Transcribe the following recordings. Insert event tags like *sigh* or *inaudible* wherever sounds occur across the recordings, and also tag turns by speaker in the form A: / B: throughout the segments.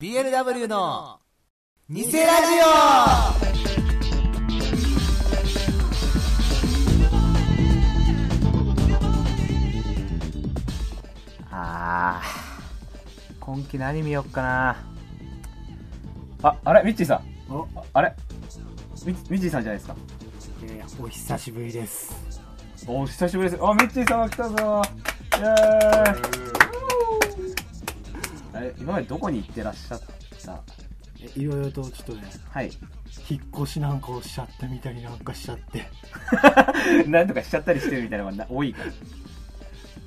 A: TLW のニセラジ
B: あー今期何見よっかなああれミッチーさん
A: オお
B: ああれミッミッチーさんじゃないですか
A: いやいやお久しぶりです
B: お久しぶりですあミッチーさんが来たぞイエーイあれ今までどこに行ってらっしゃった
A: えいろいろとちょっとね
B: はい *laughs*
A: 引っ越しなんかをしちゃったみたりなんかしちゃって
B: なんとかしちゃったりしてるみたいなのがな多いから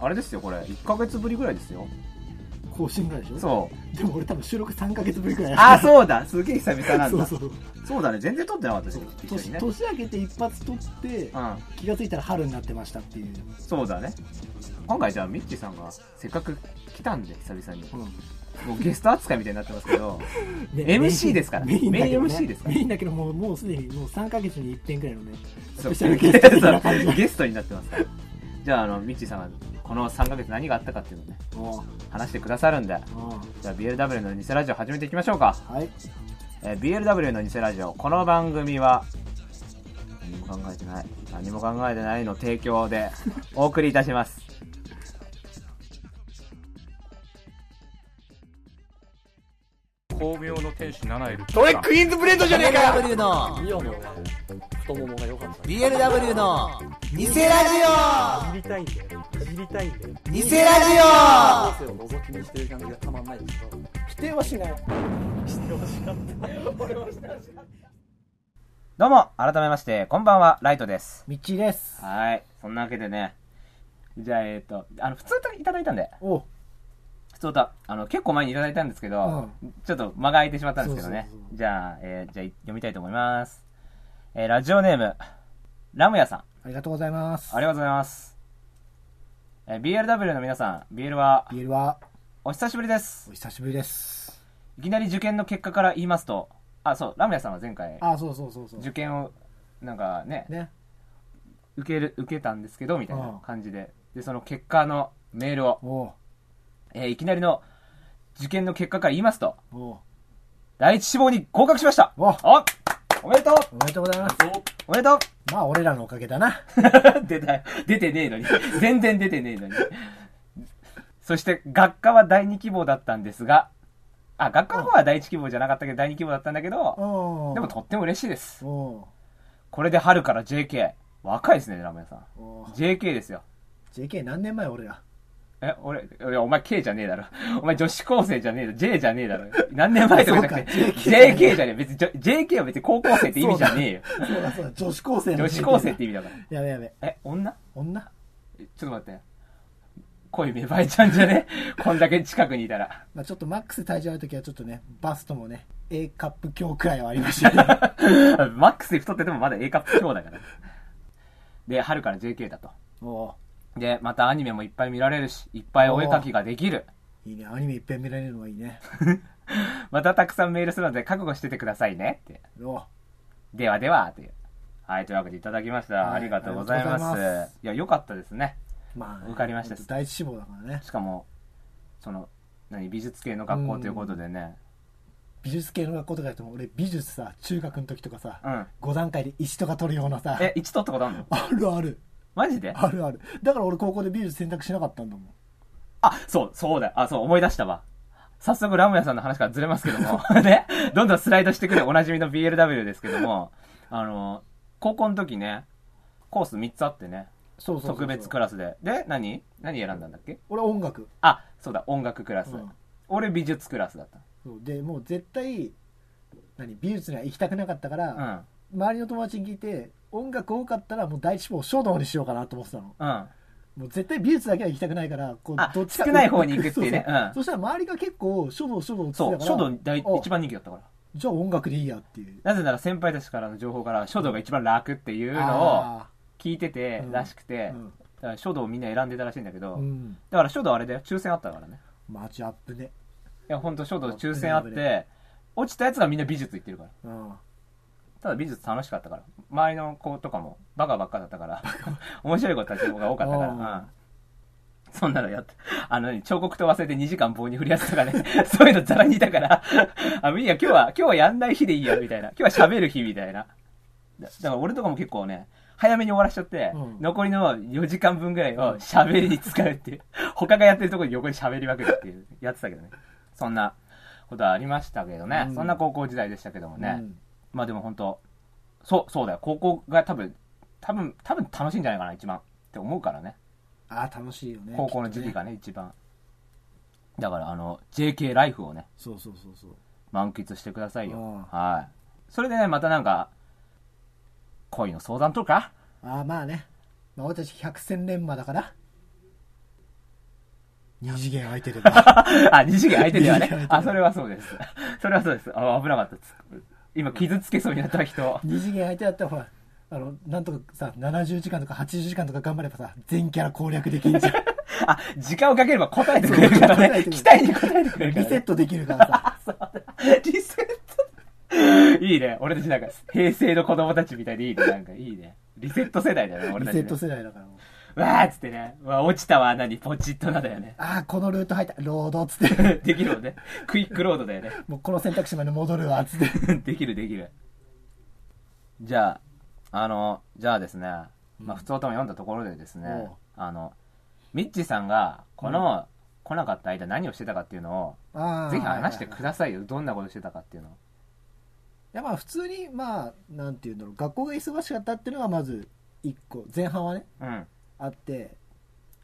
B: あれですよこれ1ヶ月ぶりぐらいですよ
A: 更新ぐらいでしょ
B: そう
A: うでも俺多分収録3ヶ月ぶりくらい
B: あーそうだすげえ久々なんだ
A: *laughs* そ
B: そうう
A: そう
B: だね全然撮ってなかったです
A: そう
B: ね一緒に
A: 年
B: ね
A: 年明けて一発撮って
B: うん
A: 気がついたら春になってましたっていう、
B: そうだね今回じゃあミッチーさんがせっかく来たんで久々に
A: う
B: もうゲスト扱いみたいになってますけ
A: *laughs*
B: ど
A: んね
B: MC ですから
A: メインだけど、
B: メ
A: ね、
B: イン MC ですから
A: メインだけどもうもうすでにもう3ヶ月に1点ぐらいのねス
B: そう
A: ペシャルゲスト
B: *laughs*
A: 的な感じ
B: ゲストになってますからじゃああのミッチーさんがこの3ヶ月何があったかっていうのをね
A: おう
B: 話してくださるんで
A: おう
B: じゃあ BLW の偽ラジオ始めていきましょうか、
A: はい
B: えー BLW の偽ラジオこの番組は何も考えてない何も考えてないの提供でお送りいたします
C: 巧妙の天使七いる
D: トレックインズブレンドじゃねえかよ
A: BLW の
E: イオンの太ももが良かった。
A: BLW のニセラジ
E: いじりたいんだよ。いじりたいんだよ。
A: オニセラジ
E: 汗を覗きにしてる感じがたまんないですけど。
D: 否定はしない
B: どうも改めましてこんばんはライトです
A: オミッチーです
B: はい。そんなわけでね。じゃあ、えっ、と、あの、普通歌いただいたんで。
A: おう
B: 普通歌。あの、結構前にいただいたんですけど、ちょっと間が空いてしまったんですけどね。
A: そうそう
B: じゃあ、えーじゃあ読みたいと思います。えーラジオネーム、ラムヤさん。あ
A: ありがとうございます
B: りがとうございます。えー BLW の皆さん、BL は、
A: BL は
B: お久しぶりです
A: お。久しぶりです
B: いきなり受験の結果から言いますと、あ、そう、ラムヤさんは前回、
A: あそうそうそうそう
B: 受験を、なんかね、
A: ね
B: 受ける、受けたんですけど、みたいな感じで。で、その結果のメールを、
A: おう
B: えーいきなりの受験の結果から言いますと、
A: おう
B: 第一志望に合格しました
A: お
B: おおめでとう
A: おめでとうございます
B: おめでとう
A: まあ俺らのおかげだな
B: *laughs* 出た、出てねえのに。全然出てねえのに。そして、学科は第二希望だったんですが、あ、学科の方は第一希望じゃなかったけど、第二希望だったんだけど、
A: おう
B: でもとっても嬉しいです。
A: お
B: これで春から JK。若いですね、ラーメンさん。
A: うおう
B: JK ですよ。
A: JK 何年前俺ら
B: え、俺、いや、お前 K じゃねえだろ。お前女子高生じゃねえだろ。J じゃねえだろ。何年前とかじゃなくて、JK じゃねえ。別にじょ、JK は別に高校生って意味じゃね
A: そうだそうだ女子高生
B: えよ。
A: の
B: 女子高生って意味だか
A: やべやべ
B: ら。え、女
A: 女
B: えちょっと待って。恋芽生えちゃうんじゃね *laughs* こんだけ近くにいたら。 *laughs*
A: まあちょっとマックス体重あるときはちょっとねバストもね A カップ強くらいはありましたけど
B: マックスで太っててもまだ A カップ強だから。で、春から JK だと。
A: *laughs* お
B: で、またアニメもいっぱい見られるし、いっぱいお絵描きができる。
A: ういいねアニメいっぺん見られるのはいいね
B: またたくさんメールするので覚悟しててくださいねって。
A: おう
B: ではではという。はい、というわけでいただきました。
A: はい
B: ありがとうございます。
A: ありがとうございま
B: いや、良かったですね。
A: まあ
B: 受かりました
A: 本当第一志望だからね
B: しかも、その、何、美術系の学校ということでね。
A: 美術系の学校とかやっても俺美術さ中学の時とかさ、
B: うん。
A: 5段階で石とか取るようなさ
B: え、一取ったことあるの
A: あるある
B: マジで
A: あるあるだから俺高校で美術選択しなかったんだもん
B: あ、そう、そうだよ。あ、そう、思い出したわ。早速、ラムヤさんの話からずれますけども、ね、どんどんスライドしてくるおなじみの BLW ですけども、あの、高校の時ね、コース3つあってね、
A: そうそうそう
B: 特別クラスで。で、何何選んだんだっけ
A: 俺音楽、
B: あ、そうだ、音楽クラス。
A: うん
B: 俺、美術クラスだった。
A: そうでもう絶対何美術には行きたくなかったか
B: う
A: ら、
B: ん。
A: 周りの友達に聞いて音楽多かったらもう第一志望書道にしようかなと思ってたの
B: うん。
A: もう絶対美術だけは行きたくないからこう
B: あ
A: どっちか
B: 少ない方に行くっていうね
A: そうそう
B: うん
A: そしたら周りが結構書道書道って言
B: そ
A: って
B: う、
A: た
B: 書
A: から
B: 道大
A: お
B: 一番人気だったから。
A: じゃあ音楽でいいやっていう
B: なぜなら先輩たちからの情報から書道が一番楽っていうのを
A: あ
B: 聞いてて
A: うん
B: らしく
A: ー
B: て、
A: うん
B: だから書道をみんな選んでたらしいんだけど、
A: うん
B: だから書道あれだよ、抽選あったからね。
A: マジアップね
B: いや、ほんと書道抽選あっ
A: 危
B: て、落ちたやつがみんな美術行ってるから。
A: うん
B: ただ美術楽しかったから。周り *laughs* の子とかもバカばっかだったから、面白い子たちの方が多かったから。
A: あ
B: うんそんなのやって、あの、何彫刻刀忘れて2時間棒に振るやつとかね、 *laughs* そういうのザラにいたから、 *laughs* あ、いいや、今日は、今日はやんない日でいいや、みたいな。今日は喋る日、みたいな。だだから俺とかも結構ね、早めに終わらしちゃって、
A: うん
B: 残りの4時間分ぐらいを喋りに使うっていう、 *laughs* 他がやってるところに横に喋りまくるっていう、やってたけどね。そんなことはありましたけどね。
A: うん
B: そんな高校時代でしたけどもね。
A: うん
B: まあでも本当そう、そうだよ。高校が多分、多分、多分楽しいんじゃないかな、一番。って思うからね。
A: ああ楽しいよね
B: 高校の時期
A: きっとね
B: がね、一番。だから、あの、JK ライフをね、
A: そうそうそうそう
B: 満喫してください
A: うん
B: よ。はい。それでね、またなんか、恋の相談とか *laughs*
A: ああまあね、まあ、俺たち百戦錬磨だから二次元相手でな
B: あ、二次元相手では
A: 二次元相手で
B: ね。あ、それはそうです。 *laughs* それはそうです。あ、危なかったです。今、傷つけそうになった人。
A: *laughs* 二次元相手だったらほらあのなんとかさ70時間とか80時間とか頑張ればさ全キャラ攻略でき
B: *laughs*
A: んじゃん
B: あ、時間をかければ答えてくれるから
A: 答え
B: ね。
A: てくれる
B: 期待に応えてくれるから、
A: リ
B: ね。
A: セットできるからさ
B: リセット。いいね。俺たちなんか、平成の子供たちみたいでいいね。なんかいいね。リセット世代だよね、 *laughs* 俺
A: リ
B: たち、
A: セ
B: ね。
A: ット世代だからもう。
B: わーっつってね。わ落ちたわ、何、ポチッとなだよね *laughs*
A: ああこのルート入ったロードっつって
B: できるもんね。クイックロードだよね。 *laughs*
A: もうこの選択肢まで戻るわっつって
B: できる、できる。じゃあ、あの、じゃあですね、まあ、普通とも読んだところでですね、
A: おう
B: あの、ミッチーさんが、この、来なかった間何をしてたかっていうの
A: あ
B: を、
A: あ
B: ぜひ話して
A: はいはいはい
B: くださいよ。どんなことしてたかっていうのを。
A: いやまあ普通にまあなんていうんだろう学校が忙しかったっていうのがまず一個前半はね
B: うん。
A: あって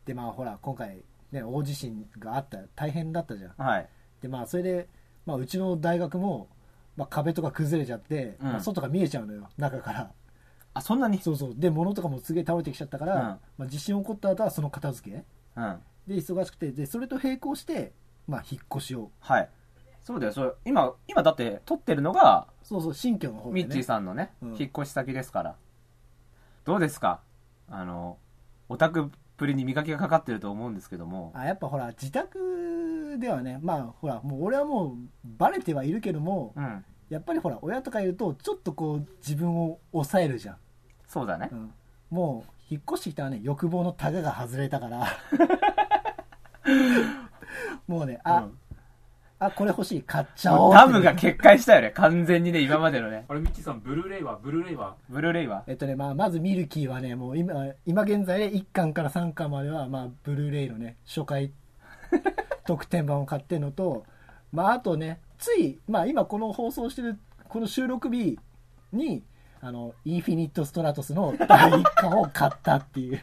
A: でまあほら今回ね大地震があった大変だったじゃん
B: はい。
A: でまあそれで、まあ、うちの大学も、まあ、壁とか崩れちゃって、
B: うん
A: まあ外が見えちゃうのよ中から
B: あ、そんなに
A: そうそうで物とかもすげえ倒れてきちゃったから、
B: うん
A: まあ、地震起こった後はその片付け
B: うん。
A: で忙しくてでそれと並行して、まあ、引っ越しを
B: はい。そうだよ、そう。今、今だって撮ってるのが、
A: そうそう新居の方で、ね、
B: ミッチーさんのね、
A: うん
B: 引っ越し先ですから。どうですかあの、オタクっぷりに磨きがかかってると思うんですけども。
A: あやっぱほら自宅ではねまあほらもう俺はもうバレてはいるけども、
B: うん。
A: やっぱりほら親とかいるとちょっとこう自分を抑えるじゃん、
B: そうだね
A: う。ん、もう引っ越してきたらね欲望のタガが外れたから *laughs* もうねあ、
B: うん
A: あこれ欲しい買っちゃ
B: も
A: おう
B: う
A: って
B: ダムが決壊したよね。完全にね、今までのね。
C: あれミッチーさんブルーレイはブルーレイは
B: ブルーレイは。
A: えっとねまあ、まずミルキーはねもう今今現在で1巻から3巻までは、まあ、ブルーレイのね初
B: *laughs*
A: 回特典版を買ってるのと、まあ、あとねつい、まあ、今この放送してるこの収録日にあのインフィニット・ストラトスの第1巻を買ったっ
B: *laughs*
A: ていう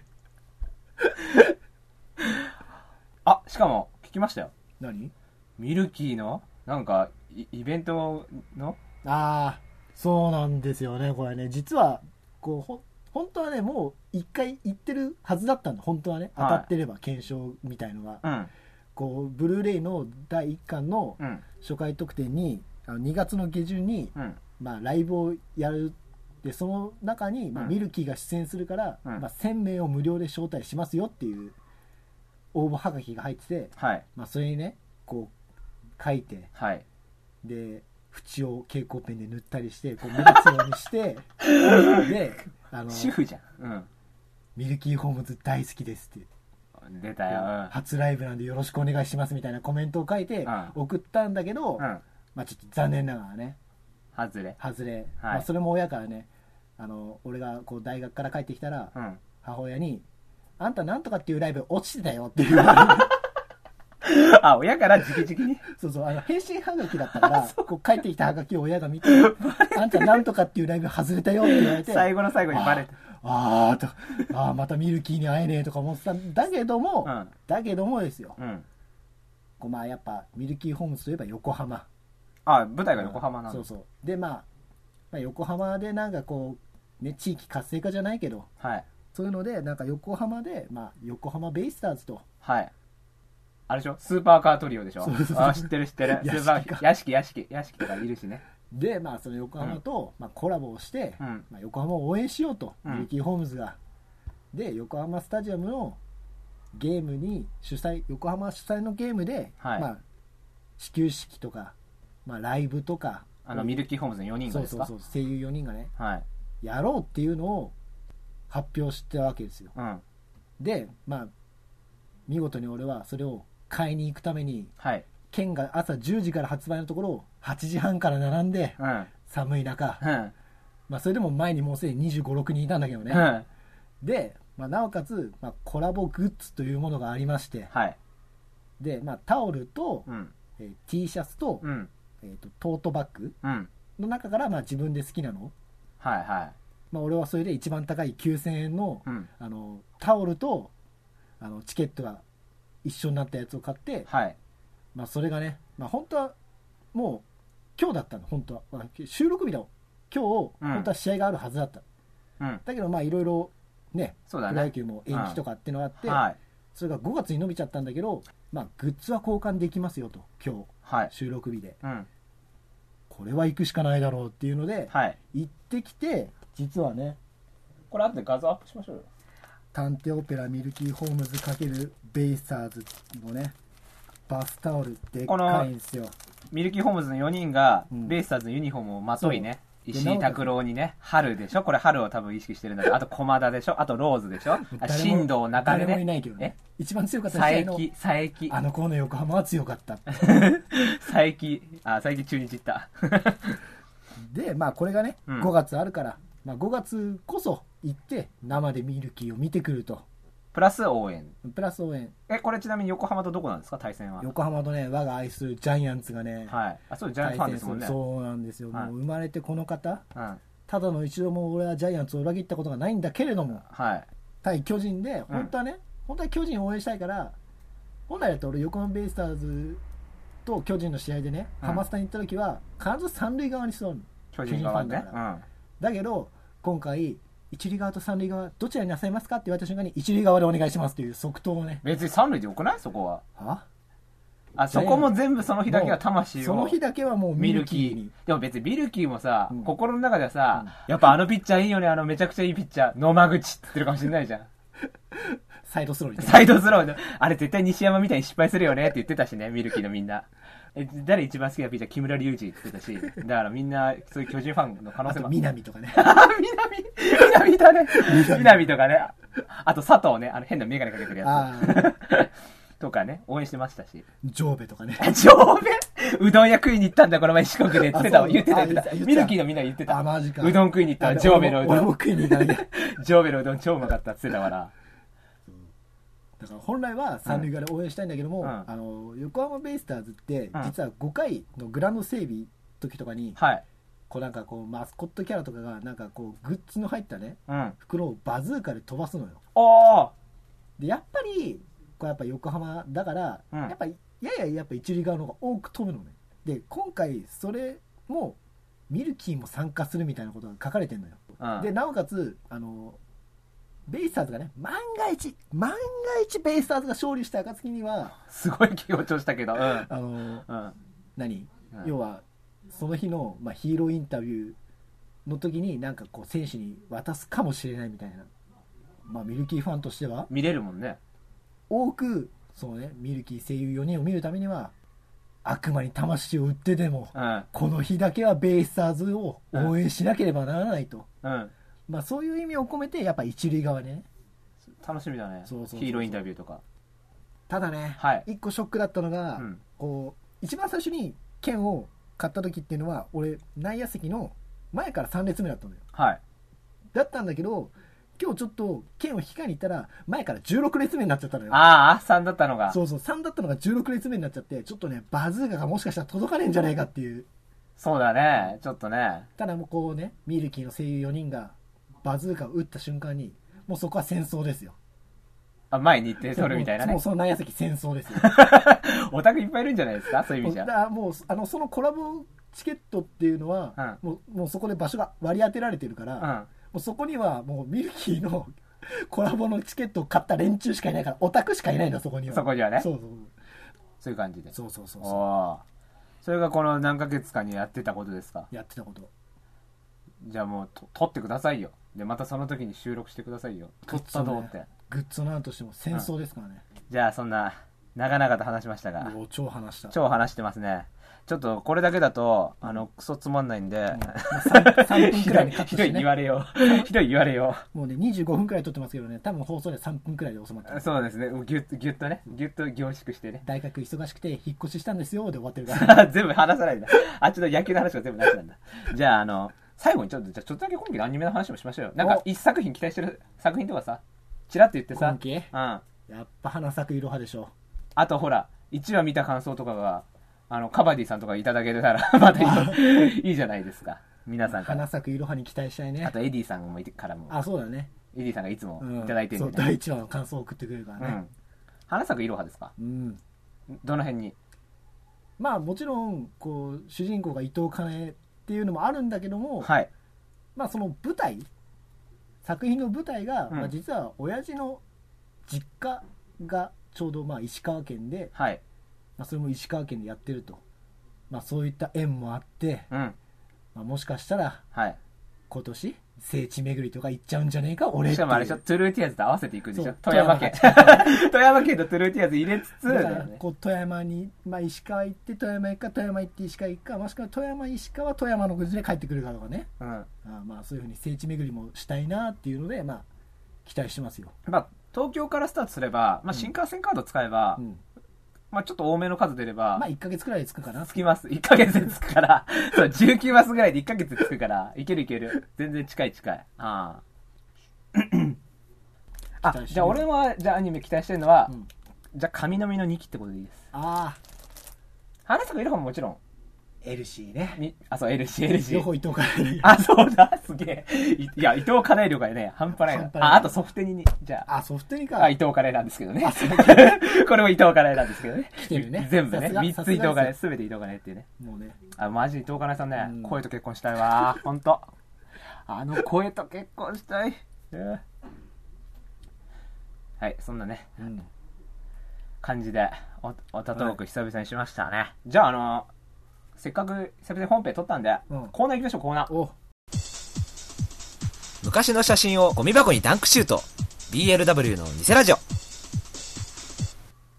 B: あ、しかも、聞きましたよ。
A: 何
B: ミルキーの、なんか、イイベントの
A: ああそうなんですよねこれね実はこうほ本当はねもう1回行ってるはずだったんだ本当はね当
B: はい
A: たってれば検証みたいのが、
B: うん。
A: こうブルーレイの第1巻の
B: うん。
A: 初回特典にあの2月の下旬に、
B: うん。
A: まあ、ライブをやるでその中に、まあ、
B: うん
A: ミルキーが出演するから、
B: うん
A: まあ、1000名を無料で招待しますよっていう応募はがきが入ってて、
B: はい。
A: まあ、それにねこう書いて
B: はい。
A: で縁を蛍光ペンで塗ったりしてこう目立つようにして
B: *laughs*
A: であの
B: 主婦じゃん。
A: ミルキーホームズ大好きですって
B: うん。出たよ。
A: 初ライブなんでよろしくお願いしますみたいなコメントを書いて
B: うん
A: 送ったんだけど、
B: うん。うん。
A: まあ、ちょっと残念ながらね
B: 外れ。
A: 外れ、
B: はい
A: まあ、それも親からねあの俺がこう大学から帰ってきたら
B: うん。
A: 母親に「あんたなんとかっていうライブ落ちてたよ」っていう
B: *laughs* あ、親から直々に。
A: そうそうあの返信はがきだっ
B: *laughs*
A: たからこう帰ってきたはがきを親が見て「あんたなんとかっていうライブ外れたよ」って言われて
B: 最後の最後にバレて。
A: ああとああまたミルキーに会えねえとか思ってたんだけども、
B: うん
A: だけどもですよ
B: うん。
A: こうまあやっぱミルキーホームズといえば横浜
B: あ、舞台が横浜なん
A: そ
B: だ
A: う。そうで、まあ、まあ横浜でなんかこう、ね、地域活性化じゃないけど
B: はい。
A: そういうのでなんか横浜で、まあ、横浜ベイスターズと
B: はい。あれでしょスーパーカートリオでしょ
A: そうそうそう
B: あ、知ってる知ってる。ス
A: *laughs* 屋敷
B: ーパー
A: か、
B: 屋敷、屋敷、屋敷とかいるしね。
A: で、まあ、その横浜と、まあ、コラボをして、
B: うん
A: まあ、横浜を応援しようと、
B: うん
A: ミルキーホームズがで横浜スタジアムのゲームに主催横浜主催のゲームで、
B: はい
A: まあ、始球式とか、まあ、ライブとか
B: あの、ミルキーホームズの4人が
A: そう
B: です
A: そう
B: か
A: そう声優4人がね
B: はい。
A: やろうっていうのを発表してたわけですよ
B: うん。
A: でまあ見事に俺はそれを買いに行くために
B: はい。
A: 券が朝10時から発売のところを8時半から並んで
B: うん。うん。
A: 寒い中、
B: うん。
A: まあ、それでも前にもうすでに2 5 6人いたんだけどね、
B: は
A: で、まあ、なおかつ、まあ、コラボグッズというものがありまして
B: い。
A: で、まあ、タオルと、
B: うん。
A: えー T シャツと,、
B: うん。
A: えーとトートバッグ
B: うん。
A: の中から、まあ、自分で好きなの、
B: はいは
A: まあ、俺はそれで一番高い9000円の,、
B: い。うん。
A: あのタオルとあのチケットが一緒になったやつを買って、
B: はい。
A: まあ、それがね、まあ、本当はもう今日だったの本当は、まあ収録日だよ今日、
B: うん
A: 本当は試合があるはずだった
B: うん。
A: だけどまあいろいろね
B: そう
A: プ
B: だ
A: ロ野
B: ね。
A: 球も延期とかってのがあって、
B: はい。
A: それが5月に伸びちゃったんだけど、まあ、グッズは交換できますよと今
B: はい
A: 日。収録日で
B: うん。
A: これは行くしかないだろうっていうので、
B: はい。
A: 行ってきて実はね
B: これ後で画像アップしましょうよ。
A: 探偵オペラミルキーホームズ×ベイサーズのねバスタオルでっかいんですよ
B: ミルキーホームズの4人が、
A: うん
B: ベイスターズのユニフォームをまといね、
A: そう
B: 石井拓郎にね、春でしょこれ春を多分意識してるんだけ
A: *laughs*
B: ど、あと駒田でしょあとローズでしょあ
A: 誰も
B: 新藤中
A: 誰
B: で
A: もい
B: ね。
A: ないけどね一番強かった
B: 佐
A: の
B: 伯、佐伯、
A: あの頃の横浜は強かったっ
B: *laughs*
A: て
B: 佐伯、あ、佐伯中日行った。 *laughs*
A: でまあこれがね
B: うん
A: 5月あるから、まあ、5月こそ行って生でミルキーを見てくると
B: プラス応援。
A: プラス応援
B: え、これちなみに横浜とどこなんですか対戦は。
A: 横浜とね我が愛するジャイアンツがね、
B: はい。あ、そう、ジャイアンツファンですもんね。
A: そうなんですよ、
B: はい
A: もう生まれてこの方
B: うん。
A: ただの一度も俺はジャイアンツを裏切ったことがないんだけれども
B: はい。
A: 対巨人で本当はね、本当は巨人を応援したいから本来だと俺横浜ベイスターズと巨人の試合でね、
B: うん
A: ハマスタに行った時は必ず三塁側に座るの
B: 巨人側
A: 巨
B: ね
A: 人。ファ
B: う
A: ンだ
B: ん。
A: だけど今回一塁側と三塁側どちらになさいますかって言われた瞬間に一塁側でお願いしますという即答をね
B: 別に三塁でよくないそこは。
A: は
B: あ、そこも全部その日だけは魂を。
A: その日だけはもう
B: ミ
A: ミ
B: ル
A: ル
B: キ
A: キ
B: ー
A: ーに
B: でも別にミルキーもさ、
A: うん
B: 心の中ではさ、やっぱあのピッチャーいいよね、あのめちゃくちゃいいピッチャー、野間口って言ってるかもしれないじゃん。
A: サイドスローにね
B: サイドスローで、あれ絶対西山みたいに失敗するよねって言ってたしね、ミルキーのみんな。え誰一番好きなピッチャー、木村隆二って言ってたし、だからみんな、そういう巨人ファンの可能
A: あ
B: 性も
A: と
B: ある。
A: 南とかね
B: あ、 *laughs* 南南だね南とかね。あと佐藤ね、あの変なメガネかけてるや
A: ああ
B: つ。 *laughs* とかね、応援してましたし。
A: 上部とかね
B: 上辺うどん屋食いに行ったんだ、この前四国で言ってたわ。
A: あそう
B: 言ってた、言って
A: あ
B: た。
A: 言ってた
B: ミルキーのみんな言ってた。
A: あマジか
B: うどん食いに行ったわ、
A: あれ
B: 上辺のうど
A: 俺も俺も
B: ん。
A: 食いに行かなきゃ
B: 上辺のうどん超うまかったって言ってたから。
A: だから本来は三塁側で応援したいんだけども、
B: うん
A: あの横浜ベイスターズって実は5回のグラウンド整備時とかに、
B: はい。
A: こうなんかこうマスコットキャラとかがなんかこうグッズの入ったね
B: うん。
A: 袋をバズーカで飛ばすのよ
B: おー
A: でやっぱりこれやっぱ横浜だから、
B: うん
A: やっぱやややっぱ一塁側の方が多く飛ぶのねで今回それもミルキーも参加するみたいなことが書かれてるのよ
B: うん。
A: でなおかつあのベイスターズがね万が一万が一ベイスターズが勝利した暁には
B: すごい強調したけど、う
A: *laughs*
B: ん。
A: あの
B: うん。
A: 何、
B: うん
A: 要はその日の、まあ、ヒーローインタビューの時になんかこう選手に渡すかもしれないみたいな、まあ、ミルキーファンとしては
B: 見れるもんね。
A: 多くその、ね、ミルキー声優4人を見るためには悪魔に魂を売ってでも
B: うん。
A: この日だけはベイスターズを応援しなければならないと、
B: うん。
A: まあ、そういう意味を込めてやっぱ一塁側でね
B: 楽しみだね。
A: そうそうそう
B: ヒーローインタビューとか。
A: ただね、
B: はい
A: 一個ショックだったのが、
B: うん。
A: こう一番最初に剣を買った時っていうのは俺内野席の前から3列目だったのよ
B: はい。
A: だったんだけど今日ちょっと剣を引き換えに行ったら前から16列目になっちゃったのよ
B: あー、あっさんだったのが。
A: そうそう3だったのが16列目になっちゃってちょっとねバズーカがもしかしたら届かねえんじゃないかっていう
B: そうだね。ちょっとね。
A: ただもうこうねミルキーの声優4人がバズーカを打った瞬間にもうそこは戦争ですよ
B: あ、前に行って取るみたいな
A: も
B: ね
A: う。その内野席戦争ですよ
B: オタクいっぱいいるんじゃないですかそういう意
A: も
B: 味
A: う
B: じ
A: だ
B: ゃ
A: か。らもうあのそのコラボチケットっていうのは、もうもうそこで場所が割り当てられてるから、
B: う
A: も
B: ん。
A: うそこにはもうミルキーの *laughs* コラボのチケットを買った連中しかいないからオタクしかいないんだそこには
B: そこにはね
A: そう
B: そういう感じで。
A: そうそうそうそ
B: お
A: うそ
B: おーそれがこの何ヶ月かにやってたことですか
A: うやってたこと
B: じゃあもうと撮ってくださいよでまたその時に収録してくださいよ撮ったどうって、
A: グッズのなんとしても戦争ですからね、
B: じゃあそんな長々と話しましたが
A: もう超話した
B: 超話してますねちょっとこれだけだと、あの、クソつまんないんで、
A: 3分
B: ひ
A: く
B: ど
A: らい
B: い、
A: にカット
B: ひ
A: し
B: ど
A: て
B: い言
A: ね
B: われよう。ひどい言われよ
A: もうね25分くらい撮ってますけどね多分放送では3分くらいで収まって
B: う。
A: ます
B: そうですね。ぎゅっぎゅっとね、ぎゅっと凝縮してね。
A: 大学忙しくて引っ越ししたんですよで終わってるから
B: *laughs* 全部話さないんだ。あ、ちょっと野球の話が全部なしなんだ。じゃあ、あの、最後にちょっと、じゃあちょっとだけ今期のアニメの話もしましょうよ。なんか
A: お
B: 一作品期待してる作品とかさ、チラッと言ってさ
A: 今、期
B: うん。
A: やっぱ花咲くいろはでしょ
B: あとほら、1話見た感想とかが、あの、カバディさんとかいただけたら、 *laughs* またい
A: *laughs*
B: いいいじゃないですか。皆さんから
A: 花。咲くいろはに期待したいね
B: あとエディさんもいてからも、
A: あそうだね、
B: エディさんがいつも
A: うん、
B: いただいてる
A: そ
B: ん
A: う
B: でね、
A: 第1話の感想を送ってくれるから
B: う
A: ね
B: ん。花咲くいろはですか
A: うん、
B: どの辺に
A: まあもちろんこう主人公が伊藤かねっていうのもあるんだけども、
B: はい。
A: まあその舞台作品の舞台が、
B: うん
A: まあ、実は親父の実家がちょうどまあ石川県で、
B: はい。
A: まあ、それも石川県でやってると、まあ、そういった縁もあって、
B: うん。
A: まあ、もしかしたら
B: はい。
A: 今年聖地巡りとか行っちゃうんじゃねえか俺っ
B: して
A: い
B: か
A: う
B: もあれでしょ、トゥルーティアーズと合わせていくんでし
A: そ
B: ょ
A: う
B: 富山県。
A: 富
B: *laughs* 富山県とトゥルーティアーズ入れつつ、
A: だから
B: ね
A: こう富山に、まあ、石川行って富山行くか富山行って石川行くかもしくは富山石川富山の口で帰ってくるかとかね
B: うん。
A: あーまあそういうふうに聖地巡りもしたいなっていうのでまあ期待してますよ、
B: まあ、東京からスタートすれば、まあ、新幹線カード使えば、
A: うん、
B: まあ、ちょっと多めの数出れば、
A: まあ1か月くらいで着くかな
B: つきます。1ヶ月でつくから。 *laughs* そう、19マスぐらいで1ヶ月でつくから。いけるいける。全然近い近い。ああ。あ、
A: *coughs* 期待してる
B: じゃあ俺は、じゃあアニメ期待してるのは、
A: うん
B: じゃあ神の実の2期ってことでいいです。
A: ああ
B: 花咲いる方ももちろん。
A: エルシーね
B: みあ、そう、LC、LC。
A: 両方伊藤から
B: *laughs* あ、そうだ、すげえ。いいや、伊藤カレー量がね、半端ないな
A: 半端ない
B: あ、あとソフテニに、じゃあ。
A: あソフトにか
B: あ、伊藤カレーなんですけどね
A: あそう。
B: *laughs* これも伊藤カレーなんですけどね。
A: 来てるね
B: 全部ね
A: さす。が
B: 3
A: さ
B: つ
A: す
B: 伊
A: が
B: 藤カレ
A: で
B: ー、すべて伊藤カレーっていうね。
A: もうね
B: あマジ伊藤かなえさんね、
A: うん
B: 声と結婚したいわ本当あの声と結婚したいうんはいそんなね
A: うん
B: 感じでおおたトーク久々にしましたね、じゃああのせっかく久々に本編撮ったんで、
A: うん
B: コーナー行きましょうコーナー
A: お
F: 昔の写真をゴミ箱にダンクシュート BLW のニセラジオ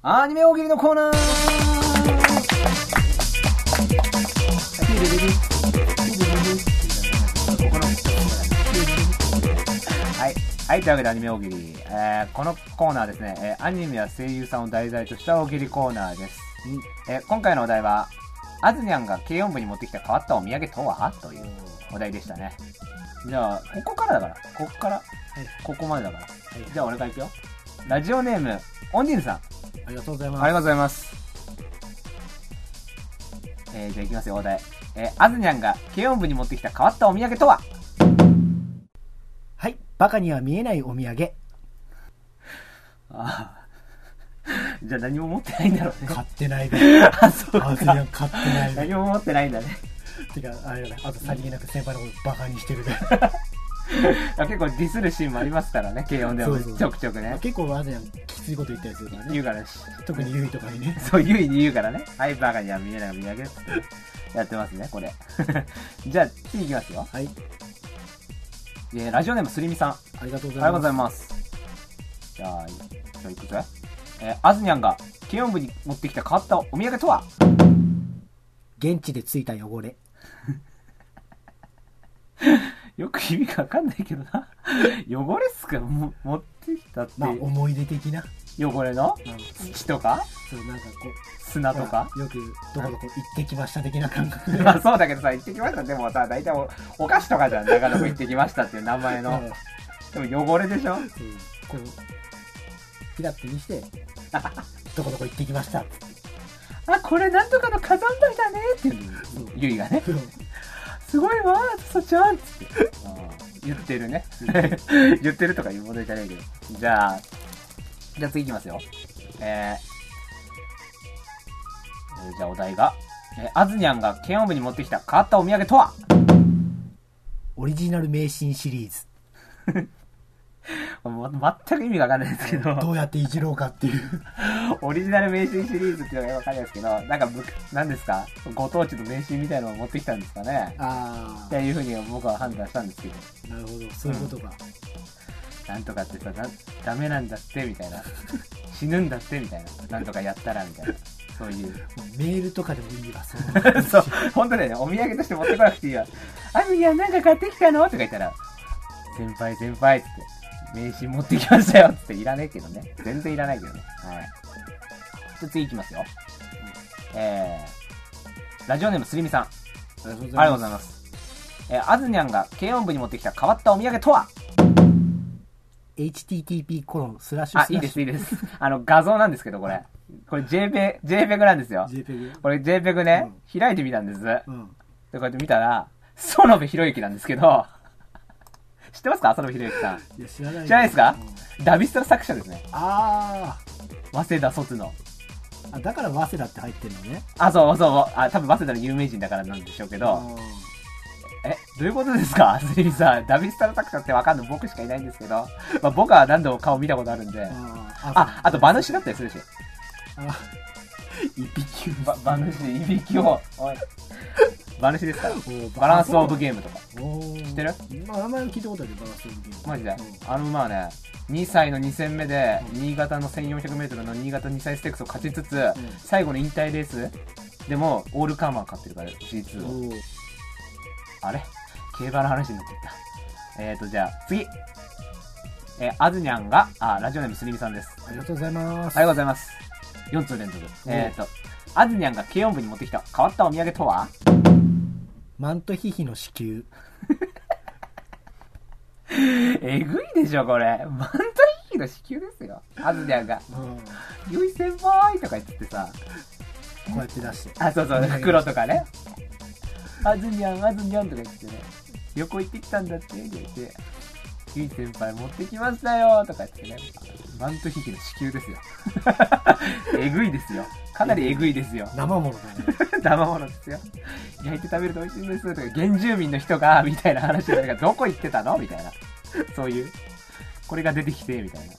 B: アニメ大喜利のコーナーはい、はい、というわけでアニメ大喜利、えーこのコーナーですね、えーアニメや声優さんを題材とした大喜利コーナーです、えー今回のお題は「あずにゃんが軽音部に持ってきた変わったお土産とは?」というお題でしたねじゃあここからだからここから、ここまでだから、じゃあ俺からいくよラジオネームオンディーヌさん
A: ありがとうござい
B: あ
A: ま
B: り
A: す
B: がとうございます。えー、じゃあいきますよ、お題。えー、あずにゃんが軽音部に持ってきた変わったお土産とは
A: はいバカには見えないお土産
B: ああ。 *laughs* じゃあ何も持ってないんだろうね。
A: 買ってないで
B: あ、そう
A: あずにゃ
B: か
A: ん。買ってないで
B: 何も持ってないんだね。
A: てかあれだなあとさりげなく先輩のことバカにしてるで
B: あ結構ディスるシーンもありますからね、軽音で
A: そ
B: も
A: うそう
B: ちょくちょくね。
A: *laughs* 結構あずにゃんきついこと言ったりするから
B: 言う
A: ね
B: からし。
A: 特にゆいとかにね
B: そう、ゆいに言うからね。はい、バカには見えないお土産っつってやってますね、これ。 *laughs* じゃあ、次いきますよ。
A: はい
B: えーラジオネームすりみさん。
A: ありがとう
B: あり
A: ご
B: が
A: ざ
B: と
A: いう
B: ご
A: ます
B: ざいます。じゃあ、じゃあいくぜ。えー、あずにゃんが、軽音部に持ってきた変わったお土産とは
A: 現地でついた汚れ
B: よく意味がわかんないけどな。 *laughs* 汚れっすかも持ってきたって。
A: まあ思い出的な
B: 汚れの
A: なんか
B: 土とか
A: そうなんかこう
B: 砂とか
A: ほらよくどこどこ行ってきました的な感覚 *laughs* で
B: *laughs* まあそうだけどさ、行ってきました。でもさ、大体おお菓子とかじゃん。長野行ってきましたっていう名前の。でも汚れでしょ
A: うんこうピラッて見 *laughs* してどこどこ行ってきました
B: あ、これなんとかの火山灰だねっていうのゆいがね。
A: そう
B: すごいわー、そちゃんっつって。言ってるね。 *laughs* 言ってるとか言う問題じゃないけど。じゃあ、じゃあ次いきますよ。えー、えーじゃあお題が、えー、あずにゃんが剣音部に持ってきた変わったお土産とは
A: オリジナル名シシリーズ
B: ま全く意味がわかんないですけ
A: ど
B: ど、
A: うやっていじろうかっていう
B: オリジナル名神シリーズっていうのがわかんないですけど、なんかむ、なんですかご当地の名神みたいなのを持ってきたんですかね
A: あ
B: っていうふうに僕は判断したんですけど。
A: あなるほどそういうことか、
B: なんとかってさ、だダメなんだって、みたいな。死ぬんだって、みたいな。なんとかやったら、みたいな。そういう。
A: メールとかでもいいわそう
B: *laughs* そう、本当だよね。お土産として持ってこなくていいわ。アミヤ、なんか買ってきたのとか言ったら、先輩、先輩っつって、名刺持ってきましたよっつって、いらねえけどね。全然いらないけどね。はい。じゃあ次いきますよ。えー、ラジオネームすりみさん。あ
A: ありがとうご
B: りがとうございます。えー、あずにゃんが軽音部に持ってきた変わったお土産とは
A: HTTP コロンスラッシュ
B: あ、
A: ス
B: いい
A: ラッ
B: です、
A: シ
B: いいです。 *laughs* あの、画像なんですけど、これ。これ JPEG、JPEG なんですよ。
A: ュ JPEG
B: これ JPEG ね、開いてみたんです。
A: うん
B: で、こうやって見たら、園部博之なんですけど、 *laughs* 知ってますか園部博之さん。
A: いや知らない
B: 知らないですか
A: うん
B: ダビストの作者ですね。
A: あ
B: 早稲田卒の。
A: ーあだから早稲田って入ってるのね
B: あ、そうそう、あ、多分早稲田の有名人だからなんでしょうけど、
A: うん
B: え、どういうことですか *laughs* すりみさん、ダビストの作者ってわかんの僕しかいないんですけど、まあ僕は何度も顔見たことあるんで、
A: あ
B: あ、あと馬主だったりするし、
A: あ一匹
B: *laughs* ば馬主、いびきを、おい。馬主ですから。バ
A: バ
B: ランスオブゲームとか。
A: 知
B: 知ってる
A: まあ名前は聞いたことあるけどバランスオブゲーム
B: マジで、
A: う
B: あの馬はね2歳の2戦目で新潟の 1400m の新潟2歳ステークスを勝ちつつ、最後の引退レースでもオールカーマー勝ってるから G2 を、
A: んおー
B: あれ競馬の話になってきたえーとじゃあ次えー、あずにゃんがあラジオネームすりみさんです
A: ありがとうございま
B: お
A: す
B: はようございます4通連続えーとあずにゃんが軽音部に持ってきた変わったお土産とは
A: マントヒヒの子宮
B: えぐいでしょこれマントヒヒの支給ですよあずにゃんが
A: うんこ
B: 「ゆい先輩!」とか言っててさ
A: うやって出して
B: あ、そうそう、袋とかね。あずにゃん、あずにゃんとか言ってね。旅行行ってきたんだって、って言って。ゆい先輩持ってきましたよとか言ってね。マントヒヒの支給ですよ。 *laughs* えぐいですよ。かなりえぐいですよ。
A: 生物だね
B: *laughs* 生物ですよ。焼いて食べると美味しいんですとか、原住民の人が、みたいな話が、どこ行ってたのみたいな。そういう。これが出てきて、みたいな。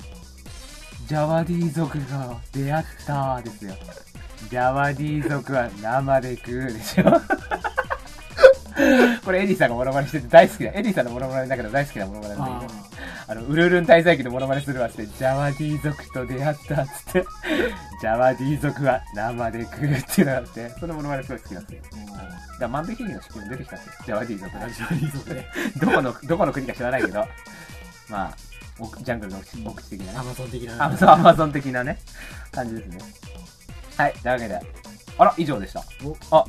B: ジャワディ族が出会ったですよ。ジャワディ族は生で食うでしょ。 *laughs* これエディさんがモノマネしてて大好きだ。エディさんのモノマネだけど大好きなモノマネなんだけど。
A: あ
B: あの、ウルルン滞在期のモノマネするわっつって、ジャワディ族と出会ったっつって、 *laughs* ジャワディ族は生で食うっていうのがあって、そのモノマネすごい好きなんですよ。だから万引きの資金も出てきたんですよ、ジャワディ族
A: ー
B: の
A: ラ。ジオリ
B: *laughs*
A: ーゾで
B: どこ
A: *laughs*
B: の、どこの国か知らないけど、まあ、おジャングルの奥地奥地的な
A: ア
B: ね、
A: マゾン的な
B: アマゾン、アマゾン的なね、感じですね。はい、というわけで、あら、以上でした
A: お。
B: あ、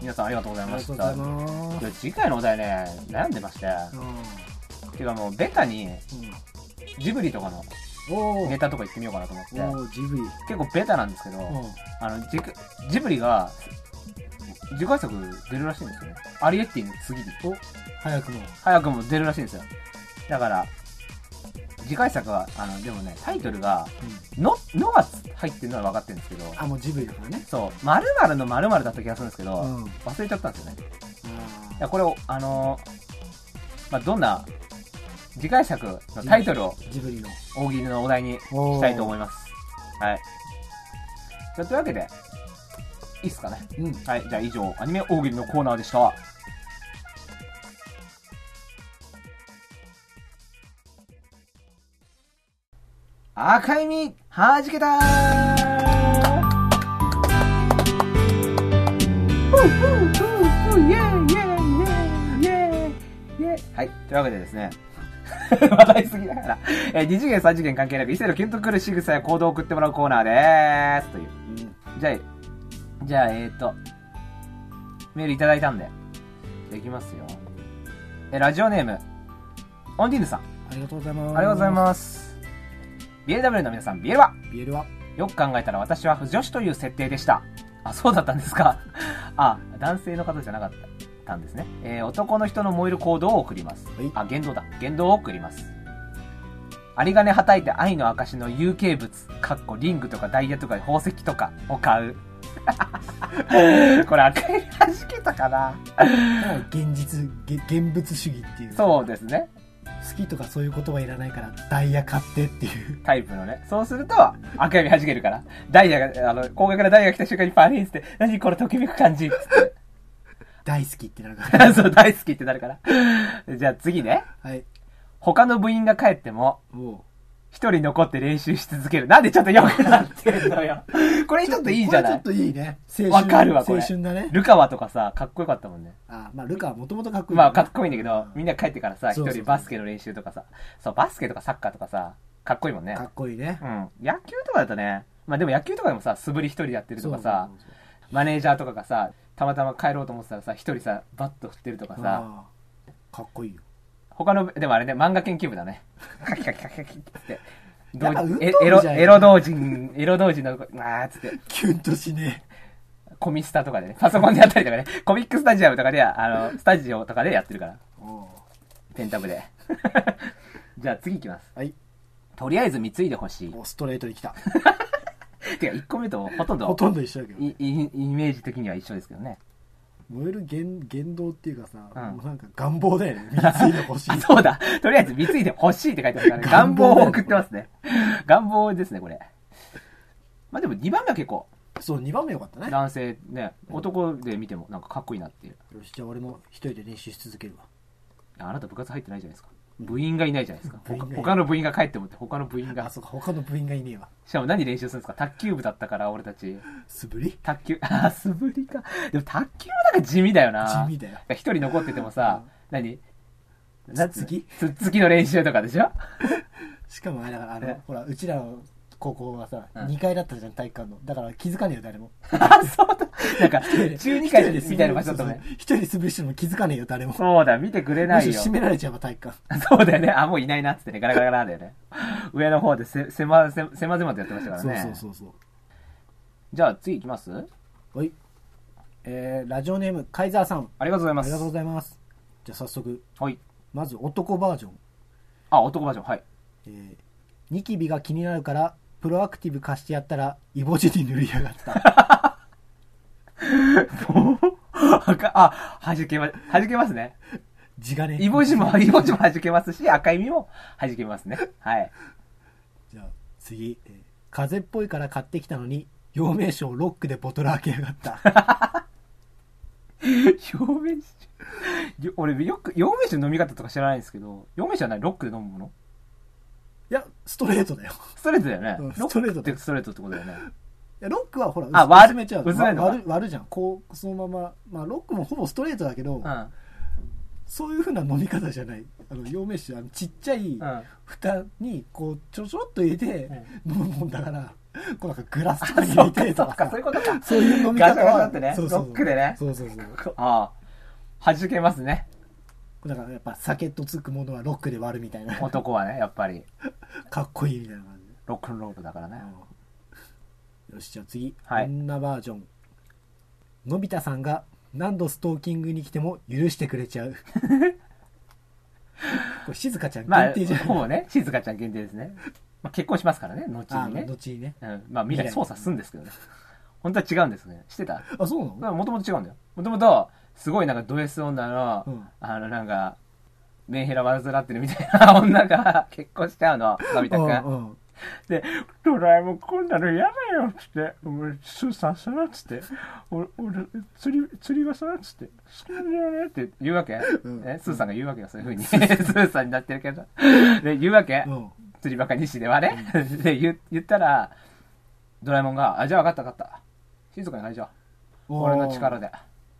B: 皆さんありがとうござい
A: あ
B: ま
A: り
B: し
A: がとうござ
B: た。
A: います
B: いや次回のお題ね、悩んでまして、ていうかもう、ベタに、ジブリとかの
A: うんお
B: ネ
A: ー
B: タとか行ってみようかなと思って、
A: おージブリ
B: 結構ベタなんですけど、
A: うん
B: あの、ジクジブリが、次回作出るらしいんですよね。アリエッティの次に。
A: 早くも
B: 早くも出るらしいんですよ。だから、次回作は、あの、でもね、タイトルが、の、のが入ってるのは分かってるんですけど、
A: あもうジブリだからね
B: そう、〇〇の〇〇だった気がするんですけど、
A: うん
B: 忘れちゃったんですよね。い
A: あ
B: やこれを、あのーまあ、どんな、次回作のタイトルを
A: ージブリの
B: 大喜利のお題にしたいと思います。はい。じゃあというわけで、いいっすかね。
A: うん
B: はい、じゃあ以上、アニメ大喜利のコーナーでした。赤い実、はじけたーふうふうふうふうイェイイェイイェイイェイイェイはい、というわけでですね、 *laughs* 話題すぎだから、えー、2次元3次元関係なく異性のキュンとくる仕草や行動を送ってもらうコーナーでーすという。じゃあ、じゃあ、えっ、ー、と、メールいただいたんで、できますよ。え、ラジオネーム、オンディーヌさん。あ
A: ありがとうございます
B: りがとうございます。BLW の皆さん、BL は
A: すビエルは
B: よく考えたら私は不女子という設定でした。あ、そうだったんですか。あ、男性の方じゃなかったんですね。えー男の人の燃える行動を送ります。
A: い
B: あ、言動だ。言動を送ります。有金はたいて愛の証の有形物、かっこリングとかダイヤとか宝石とかを買う。これ赤い弾けたかな
A: 現実げ現物主義っていう
B: そうですね。
A: 好きとかそういう言葉いらないからダイヤ買ってっていう
B: タイプのね。そうすると、赤指弾けるから。ダイヤが、あの、高額なダイヤが来た瞬間にパリンっつって、何これときめく感じっつって。
A: 大好きってな
B: *laughs*
A: るから
B: そう、大好きってなるから。じゃあ次ね。
A: はい
B: 他の部員が帰っても、
A: も
B: 一人残って練習し続ける。なんでちょっと良くなってんのよ。これちょっといいじゃな
A: これ
B: い
A: ちょっといいね。青春。
B: わかるわ、これ。
A: 青春だね。
B: ルカワとかさ、かっこよかったもんね。
A: あ、まあ、ルカはもともとかっこいい、
B: まあ、かっこいいんだけど、みん
A: な。
B: な帰ってからさ、
A: そ
B: 一
A: うそう
B: 人バスケの練習とかさ、そう、バスケとかサッカーとかさ、かっこいいもんね
A: か。っこいいね
B: う。ん。野球とかだとね、まあでも野球とかでもさ、素振り一人でやってるとかさ
A: そうそう、
B: マネージャーとかがさ、たまたま帰ろうと思ってたらさ、一人さ、バット振ってるとか
A: そう
B: さ、
A: ああかっこいいよ。
B: 他の、でもあれね、漫画研究部だね。 *laughs* カキカキカキカキって。
A: やっぱ運動部
B: え
A: じゃん
B: エロ、エロ同人、エロ同人の、まあーっつって、
A: キュンとしね
B: コミスタとかでね、パソコンでやったりとかね、コミックスタジアムとかで、あの、スタジオとかでやってるから、
A: え。おう
B: ペンタブで。 *laughs* じゃあ次いきます。
A: はい。
B: とりあえず貢いでほしい。
A: おストレート
B: *laughs*
A: に来た。
B: てか、1個目とほとんど、
A: ほとんど一緒だけど。
B: いいイメージ的には一緒ですけどね。
A: 燃える言言動っていうかさ、
B: うん
A: もうなんか願望だよ
B: *laughs*
A: ね。三井の欲しい
B: あ、。そうだ。とりあえず貢いでほしいって書いてますからね。願
A: 願
B: 望
A: 望
B: を送ってますね。願望ですね、これ。まあでも2番目は結構、
A: そう、2番目よかったね。
B: 男性ね、男で見てもなんかかっこいいなっていう。
A: よし、じゃあ俺も一人で練習し続けるわ。
B: ああなた部活入ってないじゃないですか。部員がいないじゃないですか。
A: 部員がいない
B: 他他の部員が帰ってもって、他の部員
A: あ、
B: が。し
A: そうか、他の部員がいねえわ。
B: かも何練習するんですか卓球部だったから、俺たち。
A: 素振り
B: 卓球、 *laughs* あ、素振りか。でも卓球もなんか地味だよな。
A: 地味だよ。
B: 一人残っててもさ、何 *laughs*
A: つっつき
B: つっつきの練習とか
A: *laughs*
B: でしょ
A: しかもあれだから、あ
B: え
A: の、ほら、うちらの高校はさ、
B: うん
A: 2階だったじゃん、体育館の。だから気づかねえよ、
B: *laughs*
A: 誰も。
B: あ、そうだ。なんか、12回みたいな場所だったもんね。
A: そうそう一 *laughs* 人で素振りしても気づかねえよ、誰も。
B: そうだ、見てくれ
A: む
B: な
A: しろ
B: いよ。
A: 閉められちゃえば体育館。
B: そうだよね。あ、もういないなっつってね、ガラガラガラだよね。上の方でせ、せま、せ、せまぜまとやってましたから
A: そう
B: ね。
A: そうそうそう。
B: じゃあ次行きますあり
A: はい。えー、ラジオネーム、カイザーさん。
B: がとうござい
A: あ
B: ま
A: り
B: す。
A: がとうございます。じゃあ早速、
B: はい。
A: まず男バージョン。
B: あ、男バージョン、はい。
A: えーニキビが気になるから、プロアクティブ貸してやったら、イボ地に塗りやがった。
B: *laughs* 赤、 *laughs* あ、弾けま、弾けますね。
A: 地がね。
B: イボジも、 *laughs* イボジも弾けますし、赤い実も弾けますね。はい。
A: じゃあ次、えー風邪っぽいから買ってきたのに陽明酒をロックでボトル開けやがった
B: *laughs* 陽明酒よ俺よく、陽明酒の飲み方とか知らないんですけど、陽明酒は何ロックで飲むもの
A: いやストレートだよ
B: ストレートだよね。
A: うん
B: ロッ
A: ストレー
B: ク
A: ト
B: っ
A: だ
B: てストレートってことだよね。
A: いやロックはほら
B: あ
A: 薄
B: 割る
A: 薄めちゃう
B: 薄めんのか
A: わ割る割るじゃんこうそのまま、まあ、ロックもほぼストレートだけ *laughs* ど、
B: うん。
A: そういうふうな飲み方じゃないあの陽明酒あのちっちゃい
B: うん。
A: 蓋にこうちょちょっと入れて飲むもんだから、こうなんかグラスとかに入
B: そう
A: れ
B: か、
A: て
B: そ
A: と
B: うか、
A: かさ
B: そういうことか。
A: そういう飲み
B: ガシャ
A: 方
B: ガシャ
A: は
B: ってね
A: そうそうそう
B: ロックでね
A: そうそうそう
B: ああ、弾けますね。
A: だからやっぱ酒とつくものはロックで割るみたいな
B: 男はね、やっぱり。
A: かっこいいみたいな感じ
B: ロックンロールだからね。
A: よしじゃあ次、
B: はい
A: 女バージョンのび太さんが何度ストーキングに来ても許してく
B: *laughs*
A: れちゃうこれ静香ちゃん
B: まあ
A: 限定じゃ、ん、
B: ほぼね、静香ちゃん限定ですね。まあ、結婚しますからね、後
A: あ
B: にね。
A: 後にね
B: うん、まあ未来
A: 未来
B: 操作すんですけどね。本当は違うんですね。してた
A: あそうなの
B: もともと違うんだよ。もともと、すごいなんかド S 女の、
A: うん
B: あのなんか、メンヘラ患ってるみたいな女が *laughs* 結婚しちゃうの、のび太くん。
A: うんうん
B: で、ドラえもんこんなの嫌だよ、つって。俺、スーさんさら、つって。俺、俺、釣り、釣りがさら、つって。そんなだよね、って言うわけ、
A: ん
B: ねスーさんが言うわけよ、そういうふうに。 *laughs* スーさんになってるけど。で、言うわけ、
A: うん
B: 釣りバカ西ではね。で言、言ったら、ドラえもんが、あ、じゃあ分かった分かった。静かに帰りじゃう。俺の力で。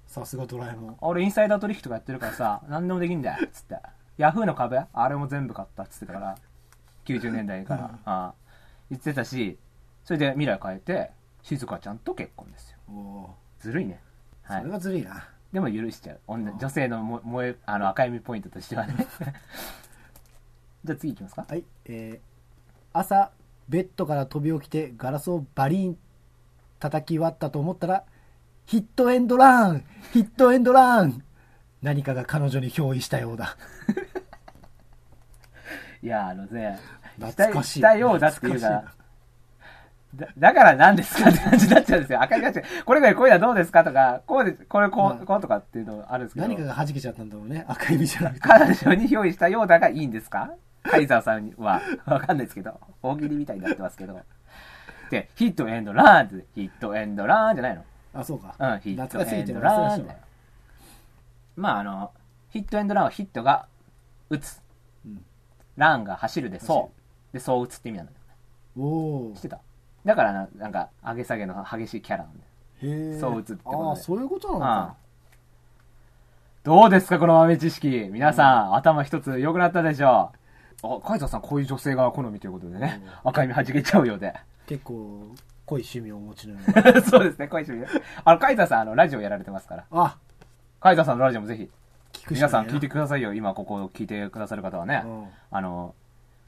A: さすがドラえもん
B: 俺インサイダー取引とかやってるからさ、何でもできんだよ、つって。ヤフーの壁あれも全部買った、つってたから。90年代から。ああ言ってたし、それで未来変えて、静香ちゃんと結婚ですよ。
A: おー
B: ずるいね。は
A: そ
B: い
A: れ。はずるいな、
B: でも許しちゃう。女女性のも萌え、あの、赤い実ポイントとしてはね。 *laughs* じゃあ次行きますか。
A: はい、えー朝ベッドから飛び起きてガラスをバリン叩き割ったと思ったらヒットエンドランヒットエンドラン何かが彼女に憑依したようだ
B: いや、あのね、
A: 懐かしい
B: したようだっていう
A: 懐
B: か、だだから何ですかって感じになっちゃうんですよ。赤いがちこれがこういうのはどうですかとか、こうで、これこう、
A: うん
B: こうとかっていうのあるんですけど、
A: 何かが弾けちゃったんだろうね赤い実じゃなくて
B: 彼女に憑依したようだがいいんですかカイザーさんには、わかんないですけど、大喜利みたいになってますけど。で、ヒットエンドランって、ヒットエンドランじゃないの
A: あそうか、
B: うん、ヒット
A: 懐かし
B: エ
A: い
B: ン
A: と
B: ド
A: いう
B: ラ
A: か
B: ン
A: 懐
B: だ
A: かし
B: よ
A: い
B: まああの、ヒットエンドランはヒットが打つ。
A: うん
B: ランが走るで、そで、そう打つって意味なんだよ。
A: おお
B: 知ってただからな、なんか、上げ下げの激しいキャラなんだよ。
A: へえ
B: そう打つってことで
A: ああそういうことなの
B: ああ
A: か
B: どうですか、この豆知識。皆さん、頭一つ良くなったでしょう。あ、カイザーさん、こういう女性が好みということでね、赤い目弾けちゃうよう
A: *laughs*
B: で。
A: 結構濃い趣味をお持ちのよ
B: *laughs*
A: うな
B: そうですね、恋しみです。あの、カイザーさん、あの、ラジオやられてますから。
A: あ
B: カイザーさんのラジオもぜひ、
A: 聞くしか
B: 皆さん聞いて
A: く
B: くださいよ。今、ここ聞いてくださる方はね。
A: うん
B: あの、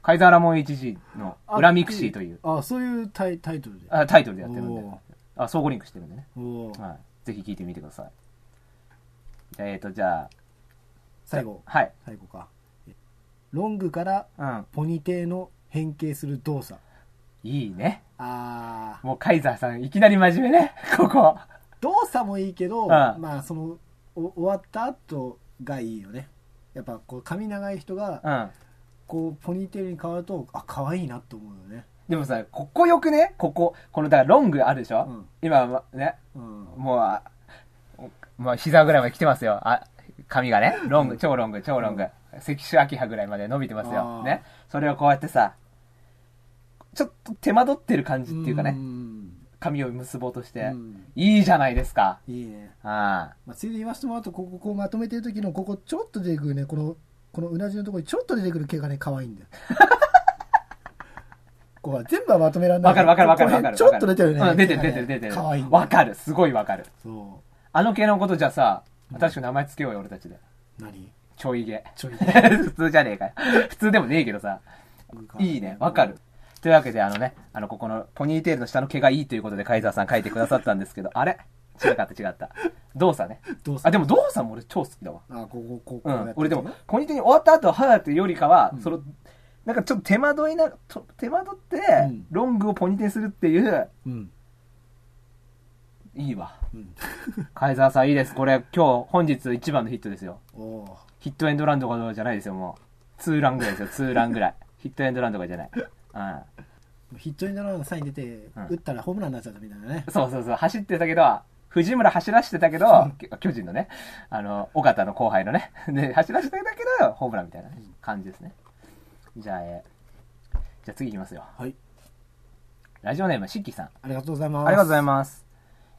B: カイザーラモン 1G の裏ミクシーという
A: ああそういうタイタイトルで
B: あタイトルでやってるんで
A: おー、
B: あ、相互リンクしてるんでね。
A: おおー
B: はい。ぜひ聞いてみてください。じゃあ、えっ、と、じゃあ、
A: 最後
B: はい。
A: 最後かロングから
B: うん。
A: ポニテーの変形する動作
B: いいね。
A: ああ
B: もうカイザーさん、いきなり真面目ね。 *laughs* ここ。
A: 動作もいいけど、
B: ん
A: まあそのお終わった後がいいよねやっぱこう髪長い人が
B: うん。
A: こうポニテールに変わるとあ可愛いなと思うよね
B: でもさ、ここよくねここ、この、だからロングあるでしょ、
A: うん
B: 今、まね、
A: うん
B: もうあ、もう膝ぐらいまで来てますよ。あ、髪がね、ロング、超ロング、超ロング。関所秋葉ぐらいまで伸びてます
A: あ
B: よ。
A: ー
B: ね。それをこうやってさ、ちょっと手間取ってる感じっていうかね、
A: ん
B: 髪を結ぼうとして、
A: うん
B: いいじゃないですか。
A: いいね、
B: あ
A: まあ、ついで言わせてもらうとこここうまとめてる時のここちょっと出てくるねこのこのうなじのところにちょっと出てくる毛がね可愛いんだよ *laughs* こうは全部はまとめられ
B: あ。
A: ない
B: わかるわかるわかるわか
A: ここら
B: る。
A: 辺ちょっと出てるね、
B: うん、出てる
A: 毛
B: 出て
A: がね
B: る出てる。
A: 可愛いんだよ
B: わかる。すごいわかる。
A: そ
B: あの系のことじゃさ、確か名前つけようよ、俺たちで。
A: う何
B: ちょいげ。
A: ちょい
B: *laughs* 普通じゃねえかよ。普通でもねえけどさ。いいね、わかる。というわけで、あのね、あの、ここのポニーテールの下の毛がいいということで、カイザーさん書いてくださったんですけど、あれ違かった違った。動作ね。
A: 動作
B: あ、でも動作も俺超好きだわ。
A: あこここうこ
B: う
A: うやって
B: ん
A: ね。
B: 俺でも、ポニーテール終わった後、歯だってよりかは、その、なんかちょっと手間取りな、と手間取って
A: ん、
B: ロングをポニーテールするっていう、
A: うん
B: いいわ。
A: うん
B: カイザーさんいいです。これ、今日、本日一番のヒットですよ。
A: おお
B: ヒットエンドランとかじゃないですよ、もう。ツーランぐらいですよ、ツーランぐらい。 *laughs* ヒットエンドランとかじゃない。うん。
A: ーヒットエンドランのサイン出て、
B: うん
A: 打ったらホームランになっちゃったみたいなね
B: そうそうそう、走ってたけど、藤村走らしてたけど、き巨人のね、あの、尾形の後輩のね、 *laughs* で、走らしてたけど、ホームランみたいなね感じですね。じゃあ、えーじゃあ次いきますよ。
A: はい
B: ラジオネーム、シッキーさん。あ
A: ありがとうございま
B: り
A: す
B: がとうござい
A: ま
B: ます。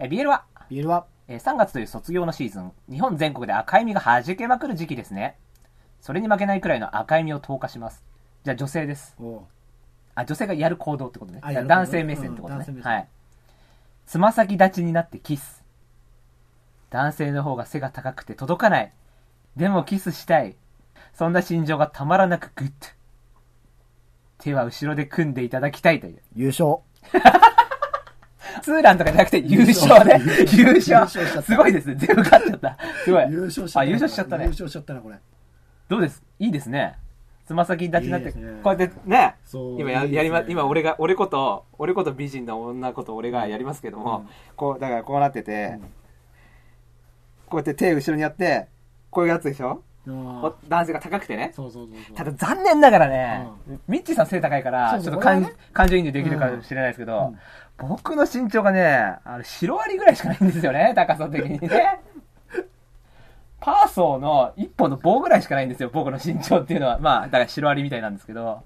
B: え、BL は、
A: すビールは
B: えー3月という卒業のシーズン、日本全国で赤い実が弾けまくる時期ですね。それに負けないくらいの赤い実を投下します。じゃあ女性です。
A: おお
B: あ、女性がやる行動ってことね。
A: あやる
B: 男性目線ってこと
A: うん
B: ね
A: 男性。目線
B: はい。つま先立ちになってキス。男性の方が背が高くて届かない。でもキスしたい。そんな心情がたまらなくグッと。手は後ろで組んでいただきたいという。
A: 優勝
B: ツーランとかじゃなくて優勝ね。優
A: 優
B: 勝。
A: 勝優勝しちゃった
B: すごいですね。全部勝っちゃった。すごい。
A: 優勝しちゃった
B: あ、優勝しちゃった
A: 優
B: ね。
A: 勝しちゃったなこれ
B: どうですいいですね。つま先立ちになって、
A: いいですね
B: こうやってね、
A: そう
B: 今や
A: いいですね
B: やりま、今俺が、俺こと、俺こと美人の女こと俺がやりますけども、こう、だからこうなってて、こうやって手後ろにやって、こういうやつでしょ
A: あー
B: お男性が高くてね。
A: そうそうそうそう
B: ただ残念ながらね、ミッチーさん背高いから、
A: そうそう
B: ちょっと感,、
A: 俺はね
B: 感情移入できるかもしれないですけど、僕の身長がね、あの、シロアリぐらいしかないんですよね、 *laughs* 高さ的にね。パーソーの一本の棒ぐらいしかないんですよ、僕の身長っていうのは。まあ、だからシロアリみたいなんですけど。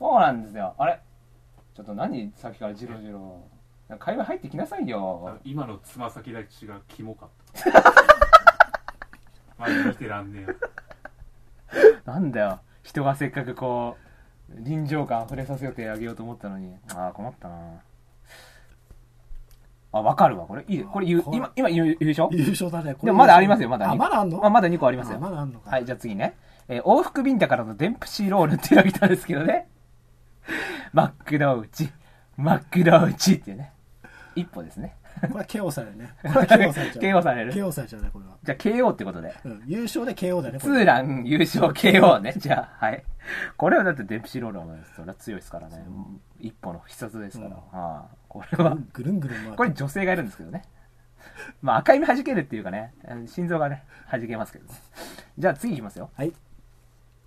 B: そうなんですよ。あれちょっと何さっきからジロジロ。なんか会話入ってきなさいよ。
C: 今のつま先立ちがキモかった
B: *laughs*
C: まだ見てらんねえよ
B: なんだよ。人がせっかくこう、臨場感溢れさせてあげようと思ったのに。ああ、困ったな。あ、わかるわ。これ、いい。これ言う、
A: これ
B: 今、今言う、言うでしょ
A: 優勝だねこれ
B: でもまだありますよ、まだ。
A: あまだあんの
B: あまだ2個ありますよ。
A: あまだあんのか
B: はい、じゃあ次ね。えー往復ビンタからのデンプシーロールっていうのが来たんですけどね。 *laughs* マックのうち、マックのうちっていうね。一歩ですね。
A: これは KO さ
B: *laughs*
A: れるねこれは KO されちゃう
B: KO される
A: KO されちゃうねこれは
B: じゃあ KO ってことで。
A: うん優勝で KO だねこ
B: ツ
A: れ
B: ーラン優勝 KO ね。 *laughs* じゃあ、はい。これはだってデンプシーロールはそれは強いですからね。一歩の必殺ですから。
A: うん
B: はあ、これは、
A: ぐるんぐるん回って
B: これ女性がいるんですけどね。まあ赤い目弾けるっていうかね、あの心臓がね、弾けますけど。じゃあ次いきますよ。
A: はい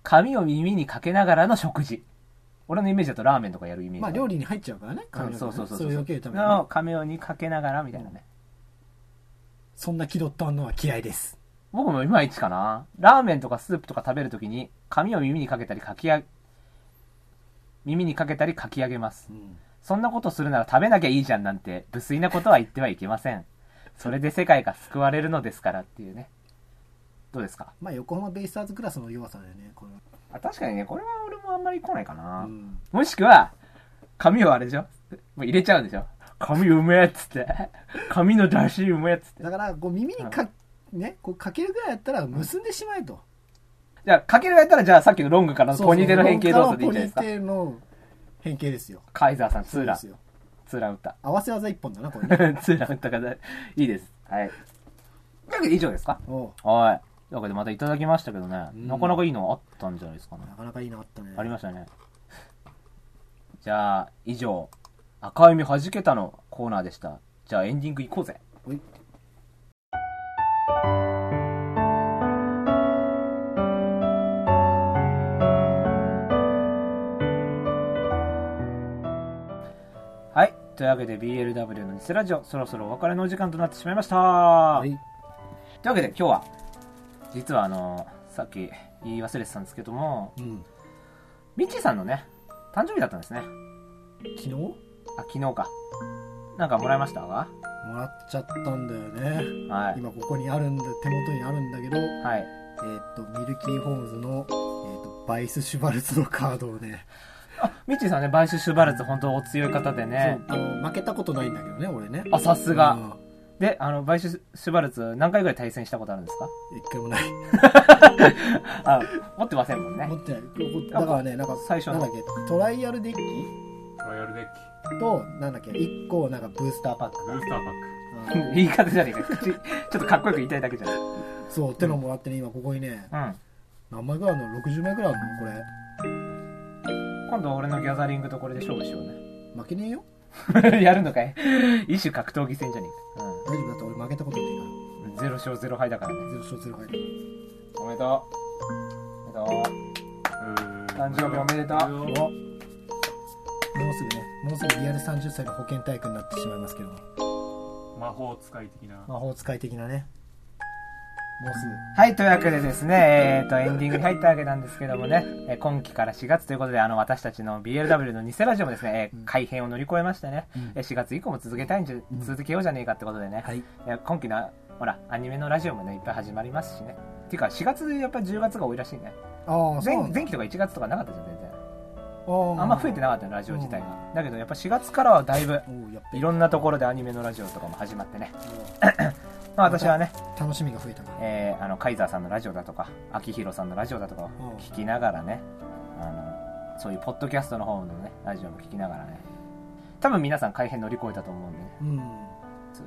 B: 髪を耳にかけながらの食事。俺のイメージだとラーメンとかやるイメージ。
A: まあ料理に入っちゃうからね
B: うんそうそうそう
A: それを避けるためにね
B: の髪をにかけながらみたいなね。
A: そんな気取ったのは嫌いです
B: 僕もいまいちかな。ラーメンとかスープとか食べるときに、髪を耳にかけたりかきあ、耳にかけたりかき上げます
A: うん
B: そんなことするなら食べなきゃいいじゃんなんて、無粋なことは言ってはいけません。それで世界が救われるのですからっていうね。どうですか
A: まあ、横浜ベイスターズクラスの弱さだよねこれは
B: あ確かにね、これは俺もあんまり来ないかな。
A: うん
B: もしくは、髪をあれでしょもう入れちゃうんでしょ髪うめえっつって。髪の出汁うめえっつって。
A: だからこう耳にか,、ね、こうかけるぐらいやったら結んでしまえと、
B: じゃあ、かけるやったら、じゃあさっきのロングからの
A: そうそ
B: ポ
A: う
B: ニーテール変形動作でいいん
A: ポ
B: じ
A: ニ
B: ゃないです
A: ー
B: か
A: テ。ールの変形ですよ
B: カイザーさん、ツーラ
A: そうです
B: ン。
A: よ
B: ツーラン打った。 *laughs*
A: 合わせ技一本だなこれ、ね、
B: ツーラン打ったから、いいです。はい。というわけで以上ですか
A: おう
B: はい。というわけでまたいただきましたけどね、
A: うん
B: なかなかいいのあったんじゃないですかね。
A: なかなかいいのあったね
B: ありましたね。じゃあ、以上、赤い実はじけたのコーナーでした。じゃあエンディングいこうぜ。
A: ほい
B: はい。というわけで BLW の偽ラジオ、そろそろお別れのお時間となってしまいました。
A: はい
B: というわけで今日は、実はあの、さっき言い忘れてたんですけども、
A: うん、
B: ミッチーさんのね、誕生日だったんですね。
A: 昨日も
B: あ、昨日か。なんかもらいましたから
A: っちゃったんだよね
B: はい。
A: 今ここにあるんだ手元にあるんだけどえ
B: はい。
A: ーっ、とミルキーホームズの、えーっとバイス・シュバルツのカードをね
B: あ、ミッチーさんね、バイシュシュバルツ、本当お強い方でね
A: そう。あの負けたことないんだけどね俺ね
B: あ、さす
A: う
B: が。
A: ん
B: で、あの、バイシュシュバルツ、何回ぐらい対戦したことあるんです
A: 一回もない
B: かあ、持ってませんもんね
A: 持。ってないだからねなんか
B: 最初の
A: なんだっけトライアルデッキ
C: ロイヤルデッ
A: となんだっけ1個なんかブースターパ
B: *laughs*
A: ック
C: キ、ブ
A: が
C: ースターパック。
A: うん
B: 言い方じゃねえか。口ちょっとかっこよく言いたいだけじゃない。
A: そう手のもらってね今ここにね
B: うん。
A: 何枚ぐらいあるの60枚ぐらいあるのこ
B: 今度俺のギャザリングとこれで勝負しよう
A: れ負けねえよ
B: ね。 *laughs* やるのかい一種格闘技戦じゃねえか。
A: 大丈夫だって俺負けたことないか
B: うん。ゼロ勝ゼロ敗だからね
A: ら。ゼロ勝ゼロ敗だ
B: おめでとう。おめでと誕生日おめでとう
A: おもうすぐねもうすぐリアル30歳の保健体育になってしまいますけども
C: 魔法使い的な
A: 魔法使い的なねもうす
B: う。はい、というわけでですね、えっ、と、エンディングに入ったわけなんですけどもね、えー今期から4月ということで、あの、私たちの BLW の偽ラジオもですね、えー改編を乗り越えましてね、
A: ん
B: えー4月以降も続けたいんじゃ、続けようじゃねえかってことでね、
A: ぐはい
B: えー今期の、ほら、アニメのラジオもね、いっぱい始まりますしね。っていうか、4月、やっぱり10月が多いらしいね。
A: ああそう
B: 前
A: なんだ
B: 前期とか1月とかなかったじゃん、全然。
A: あ
B: あんま増えてなかったの、ラジオ自体が。だけど、やっぱ4月からはだいぶ、
A: おうやっぱ
B: いろんなところでアニメのラジオとかも始まってね。まあ私はね、
A: 楽しみが増えたから
B: えーあのカイザーさんのラジオだとか秋広さんのラジオだとかを
A: うん
B: 聞きながらね、あのそういうポッドキャストの方のねラジオも聞きながらね多分皆さん改変乗り越えたと思うんでね
A: う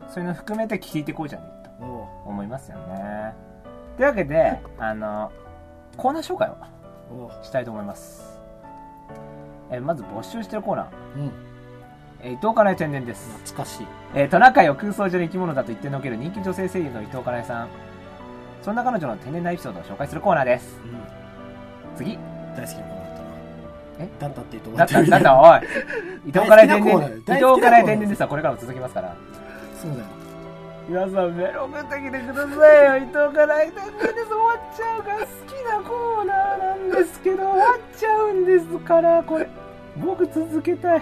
A: ん
B: そそういうの含めて聞いてこうじゃねえ
A: おう
B: と思いますよねというわけであのコーナー紹介を
A: おう
B: したいと思います、えーまず募集してるコーナー、
A: うん
B: えー伊藤かなえ天然です、
A: 懐かしい
B: えートナカイを空想上の生き物だと言ってのける人気女性声優の伊藤かなえさんそんな彼女の天然なエピソードを紹介するコーナーです
A: うん
B: 次
A: 大好きな子だったな
B: え
A: だったって言うと終
B: だ
A: わ
B: っ
A: ちゃ
B: た
A: う
B: だったおい伊藤から天然
A: 大好きなコーナー
B: 伊藤
A: 大好きなコーナー
B: から天然ですわこれからも続きますから
A: *laughs* そうだよ
B: 皆さんメロ送ってきてくださいよ伊藤から天然です終わっちゃうが好きなコーナーなんですけど終わっちゃうんですからこれ僕続けたい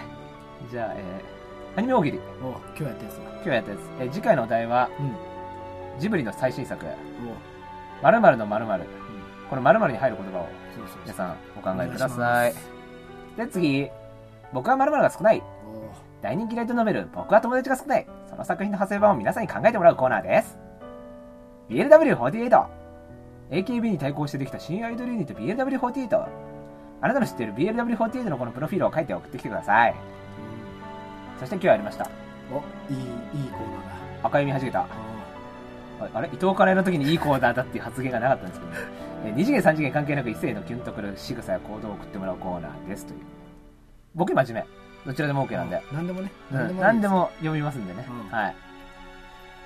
B: じゃあえーアニメ大喜利
A: おう今日やったやつだ
B: 今日やったやつ、えー次回のお題は
A: うん
B: ジブリの最新作
A: おう
B: 〇〇の〇〇この〇〇に入る言葉を
A: そうそう
B: 皆
A: ん
B: さんお考えくださいで次僕は〇〇が少ない
A: おう
B: 大人気ライトノベル「僕は友達が少ない」その作品の派生版を皆さんに考えてもらうコーナーです BLW48 AKB に対抗してできた新アイドルユニット BLW48 あなたの知っている BLW48 のこのプロフィールを書いて送ってきてくださいそして今日やりました
A: おいいいいコーナーだ
B: 赤い実はじけた
A: あ
B: ああれ伊藤かなえの時にいいコーナーだっていう発言がなかったんですけど、ね、えー二次元三次元関係なく異性のキュンとくる仕草や行動を送ってもらうコーナーですという僕真面目どちらでも OK なんで、
A: あ何でもね
B: うん、
A: ある
B: 何でも読みますんでね、
A: うん
B: はい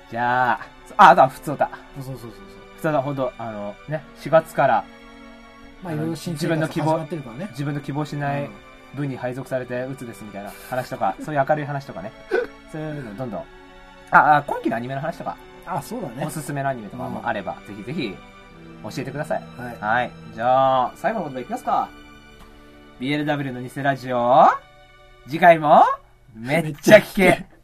B: じゃあああとは普通歌
A: そうそうそうそう
B: 普通歌ほんとあのね4月から
A: まあいろいろ新
B: 自
A: 生
B: 分
A: 活
B: の
A: が
B: 希
A: 始
B: 望
A: まってるからね
B: 自分の希望しない部に配属されて鬱ですみたいな話 *laughs* とかそういう明るい話とかねそういうのどんどんああ今期のアニメの話とか
A: あそうだね
B: おすすめのアニメとかもあれば、ぜひぜひ教えてください
A: はい
B: はいじゃあ最後の言葉いきますか BLW の偽ラジオ次回もめっちゃ聞け